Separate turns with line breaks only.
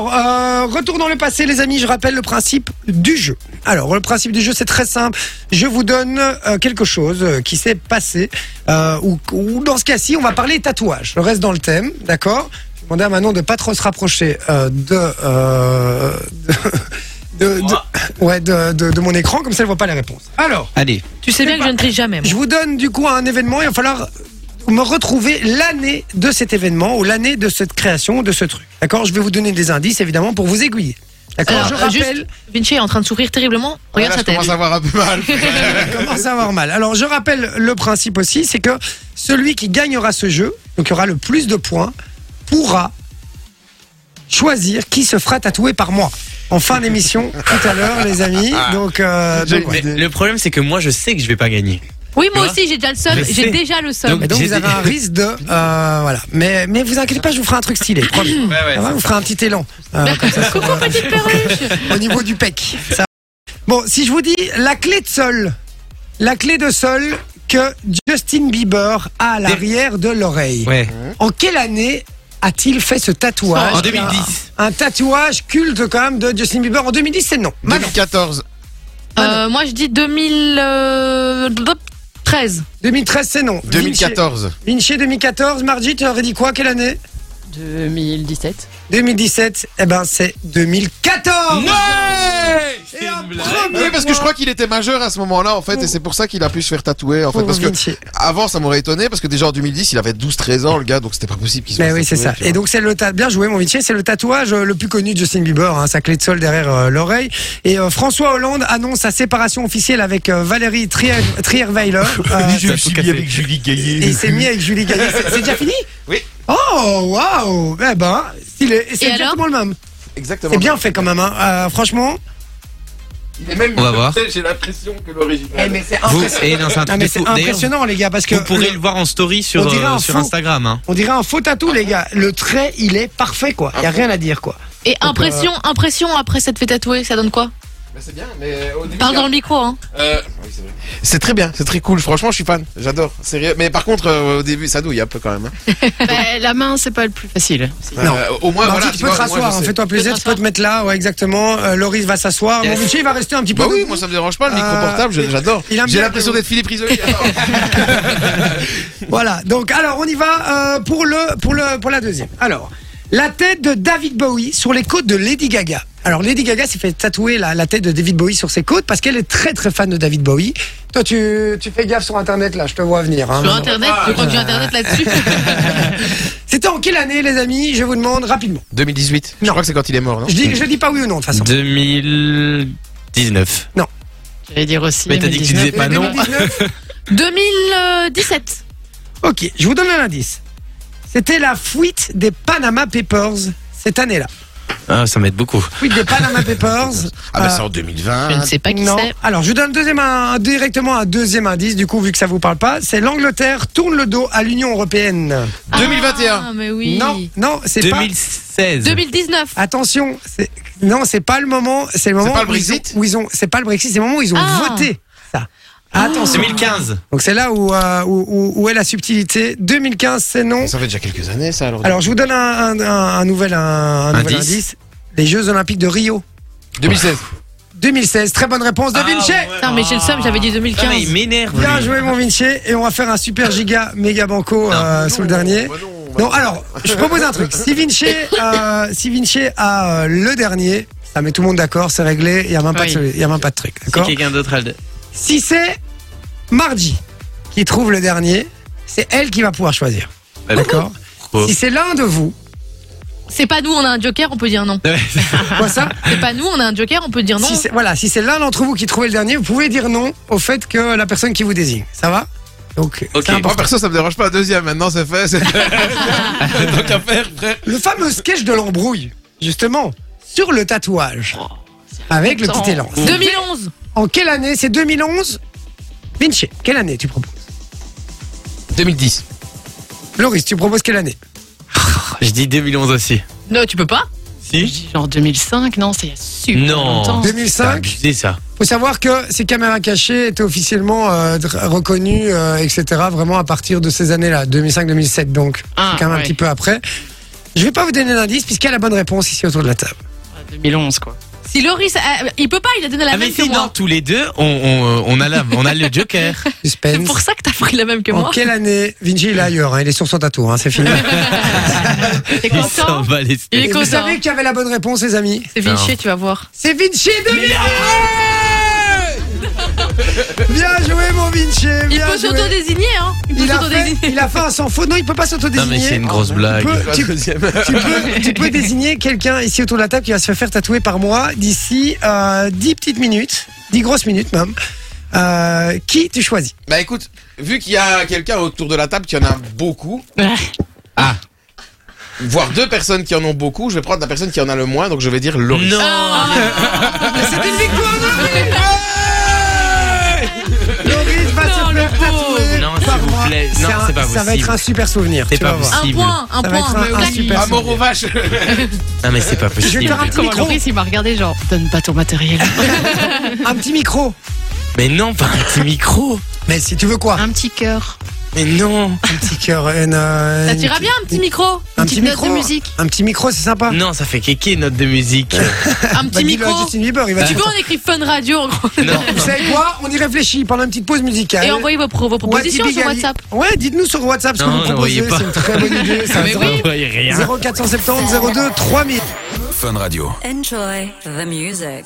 euh, retour dans le passé, les amis. Je rappelle le principe du jeu. Alors, le principe du jeu, c'est très simple. Je vous donne euh, quelque chose euh, qui s'est passé. euh, ou, ou dans ce cas-ci, on va parler tatouage. Je reste dans le thème, d'accord Je vais demander à Manon de pas trop se rapprocher euh, de, euh, de, de-
Moi.
de- ouais, de, de- de mon écran, comme ça, elle voit pas les réponses. Alors,
Allez,
Tu sais bien que je ne triche jamais. moi.
je vous donne du coup un événement. Il va falloir me retrouver l'année de cet événement ou l'année de cette création, de ce truc. D'accord Je vais vous donner des indices, évidemment, pour vous aiguiller. D'accord
Alors,
Je
euh,
rappelle.
juste, Vinci est en train de sourire terriblement. Regarde
Là,
sa
je
tête.
commence à avoir un peu mal.
Je commence à avoir mal. Alors, je rappelle le principe aussi, c'est que celui qui gagnera ce jeu, donc qui aura le plus de points, pourra choisir qui se fera tatouer par moi. En fin d'émission, tout à l'heure, les amis. Donc, euh, donc,
Mais
ouais.
le problème, c'est que moi, je sais que je vais pas gagner.
Oui,
Tu
moi
vois
aussi, j'ai déjà le seum.
Je
J'ai
sais.
déjà le seum.
Donc,
Et donc, vous
j'ai-
avez un risque de. euh, voilà. Mais, mais vous inquiétez pas, je vous ferai un truc stylé. promis. Ça va, vous ferez un petit élan. euh,
Coucou, petite perruche.
au niveau du pec. Ça- Bon, si je vous dis la clé de sol, la clé de sol que Justin Bieber a à l'arrière de l'oreille.
Ouais.
En quelle année a-t-il fait ce tatouage
En 2010.
Un, un tatouage culte quand même de Justin Bieber. En 2010, c'est non.
Ah,
Manon,
2014.
Euh, Moi, je dis 2013.
2013, c'est non.
2014.
Vinci, Vinci, 2014. Margie, tu aurais dit quoi Quelle année
2017.
2017. Eh ben, c'est 2014 Et un premier
Oui, parce que je
point
crois qu'il était majeur à ce moment-là, en fait, et c'est pour ça qu'il a pu se faire tatouer, en fait.
pour
Parce que
Oh. Vinci.
avant, ça m'aurait étonné, parce que déjà en 2010, il avait 12-13 ans, le gars, donc c'était pas possible qu'il se
Mais
fasse
Ben oui, c'est
tatouer,
ça.
tu vois.
Et donc c'est le ta- bien joué mon Vinci, c'est le tatouage euh, le plus connu de Justin Bieber, hein, sa clé de sol derrière euh, l'oreille. Et euh, François Hollande annonce sa séparation officielle avec euh, Valérie Trier- Trierweiler. Euh,
je me suis mis avec
Julie
et
Gaillet.
il s'est mis avec Julie Gaillet. C'est- C'est déjà fini
Oui.
Oh waouh Eh ben, stylé. Et c'est
Et alors
exactement le même.
Exactement.
C'est bien fait quand même. hein. Euh, franchement,
Il est même
On va voir.
J'ai l'impression que l'original.
c'est
Vous, et non, c'est un
Ah,
truc
mais
de
c'est
fou. D'ailleurs,
impressionnant les gars parce que
Vous pourrez
le-
le voir en story sur,
On dirait
euh,
un
sur
fou.
Instagram. Hein.
on dirait un faux tatou les gars. Le trait il est parfait quoi.
Ah
Il y a rien à dire quoi.
Et impression, impression après s'être fait tatouer, ça donne quoi
Mais C'est bien, mais au début,
Parle
il y a-
dans le micro, hein.
Euh, oui, c'est vrai. C'est très bien, c'est très cool. Franchement, je suis fan. J'adore. Sérieux. Mais par contre, euh, au début, ça douille un peu quand même. hein.
Bah, la main, c'est pas le plus facile.
Non.
Euh, au moins,
Mardi,
voilà.
tu
tu
peux te
vois, au moins,
rasseoir,
je
hein,
sais.
fais-toi plaisir,
peux
tu
te
peux te mettre là, ouais, exactement. Euh, Loris va s'asseoir,
Yes.
mon Vinci, il va rester un petit peu.
Bah oui,
debout.
moi ça me dérange pas le micro
Euh,
portable, je- j'adore.
il aime
J'ai
bien
l'impression
que-
d'être Philippe Risoli.
Voilà, donc alors on y va euh, pour, le, pour, le, pour la deuxième. Alors, la tête de David Bowie sur les côtes de Lady Gaga. Alors Lady Gaga s'est fait tatouer la, la tête de David Bowie sur ses côtes parce qu'elle est très très fan de David Bowie. Toi tu, tu fais gaffe sur Internet là, je te vois venir. hein.
Sur internet, je crois que j'ai internet là-dessus.
C'était en quelle année les amis Je vous demande rapidement.
2018. Je
Non.
crois que c'est quand il est mort, non
Je dis, je dis pas oui ou non de toute façon.
2019.
J'allais dire aussi.
Mais t'as dit que tu
2019.
disais pas non.
2019
2017.
Ok, je vous donne un indice. C'était la fuite des Panama Papers cette année-là.
Ah, ça m'aide beaucoup.
Fuite des Panama Papers.
Ah, bah
euh,
c'est en 2020.
Je ne sais pas qui
Non.
c'est.
Alors, je vous donne deuxième un- directement un deuxième indice, du coup, vu que ça vous parle pas. C'est l'Angleterre tourne le dos à l'Union Européenne.
2021.
Ah, mais oui.
Non, Ah. non, c'est pas.
2016.
2019.
Attention, c'est- non, c'est pas le moment. C'est le moment
pas le
où ils ont-
Brexit
où ils ont. C'est pas le Brexit, c'est le moment où ils ont
Ah.
voté ça. Attention.
Ah.
2015.
Donc, c'est là où, euh, où, où- où est la subtilité. 2015, c'est non.
Ça fait déjà quelques années ça alors.
Alors, je vous donne un, un- un- un nouvel, un, un nouvel
Indice.
indice. Les Jeux Olympiques de Rio
2016.
2016. Très bonne réponse de Vinci.
Ah,
Putain, mais j'ai le seum, j'avais dit
Putain, mais Ah, il
2015.
m'énerve.
Bien
lui.
joué mon Vinci et on va faire un super giga méga banco euh,
Ah,
sur le
Bah
dernier. Non, alors, je propose un truc. Si Vinci, euh, si Vinci a euh, le dernier, ça met tout le monde d'accord, c'est réglé, il n'y a, même pas de
Oui.
solu- il y a même pas de truc.
Si
D'accord
quelqu'un d'autre a le.
Si c'est Margie qui trouve le dernier, c'est elle qui va pouvoir choisir.
Bah,
D'accord
Bon.
Si c'est l'un de vous,
C'est pas nous, on a un joker, on peut dire non.
quoi ça
C'est pas nous, on a un joker, on peut dire non.
si c'est- Voilà, si c'est l'un d'entre vous qui trouvez le dernier, vous pouvez dire non au fait que la personne qui vous désigne. Ça va Donc,
Ok.
c'est important.
Moi perso ça me dérange pas la deuxième, maintenant c'est fait. c'est- Tant qu'à faire, frère.
Le fameux sketch de l'embrouille, justement, sur le tatouage. Avec le
longtemps.
petit élan.
2011.
En quelle année C'est 2011 Vinci, quelle année tu proposes
2010.
Loris, tu proposes quelle année
Je dis 2011 aussi.
Non, tu peux pas.
Je
Si
dis genre 2005, non, c'est il y a super
Non.
longtemps.
2005
dis ça.
Faut savoir que ces caméras cachées étaient officiellement euh, dr- reconnues, euh, etc. Vraiment à partir de ces années-là, 2005-2007 donc.
Ah,
c'est quand même un
ouais.
petit peu après. Je vais pas vous donner d'indice puisqu'il y a la bonne réponse ici autour de la table.
2011, quoi.
Si Loris, ah, il peut pas, il a donné la
Ah, mais
même que
si, non,
moi.
tous les deux, on, on, euh, on a, la, on a le joker.
C'est
Suspense.
pour ça que t'as pris la même que
En
moi.
quelle année Vinci il est ailleurs, hein, il est sur son tatou, hein, c'est fini.
T'es
Il s'en
content
va les
Il est
Et vous
content.
savez qui avait la bonne réponse, les amis
C'est Vinci, tu vas voir.
C'est Vinci de Bien joué, mon Vinci.
Il
bien
peut
joué.
s'auto-désigner, hein. Il peut
Il a, fait,
s'auto-désigner.
il a fait un sans faute. Non, il peut pas
Non, mais c'est
s'auto-désigner.
une grosse blague.
Peu- tu- tu, peux, tu peux désigner quelqu'un ici autour de la table qui va se faire tatouer par moi d'ici euh, 10 petites minutes, 10 grosses minutes même. Euh, qui tu choisis
Bah écoute, vu qu'il y a quelqu'un autour de la table qui en a beaucoup, voire deux personnes qui en ont beaucoup, je vais prendre la personne qui en a le moins, donc je vais dire Loris.
Ah,
Non
C'est une victoire de Loris va
Non,
se
le
faire
pauvre.
tatouer
Non,
par
s'il vous
moi.
plaît.
C'est
Non,
un-
c'est pas
Ça va
possible.
être un super souvenir.
C'est
tu
pas
vas voir.
possible.
Un point, un
Ça va
point.
être un-
mais
un
claque.
super-
Ah, mort aux vaches
Ah, mais c'est pas possible.
Je vais faire un petit
Comment
micro.
Loris, il m'a regardé genre, donne pas ton matériel.
Un petit micro.
Mais non, pas un petit micro.
Mais si tu veux quoi
Un petit cœur.
Mais non.
Un petit cœur. une, euh,
Ah. Ça
une-
t'ira bien un petit micro,
Un
une
petit
petite note de
micro.
musique,
Un petit micro, c'est sympa.
Non, ça fait kéké notre de musique.
un
Bah,
petit
dis-le à
micro. Bah,
Justin Bieber, il va
Tu
dire,
veux on écrit Fun Radio en gros.
Non.
Vous savez quoi On y réfléchit pendant une petite pause musicale.
et envoyez vos, pro- vos propositions
Wati
sur
Bigali.
WhatsApp.
Ouais, dites-nous sur WhatsApp ce que
Non,
vous proposez.
n'envoyez pas.
C'est une très bonne idée. ça.
Ça envoie rien.
0470 02 3000.
Enjoy the music.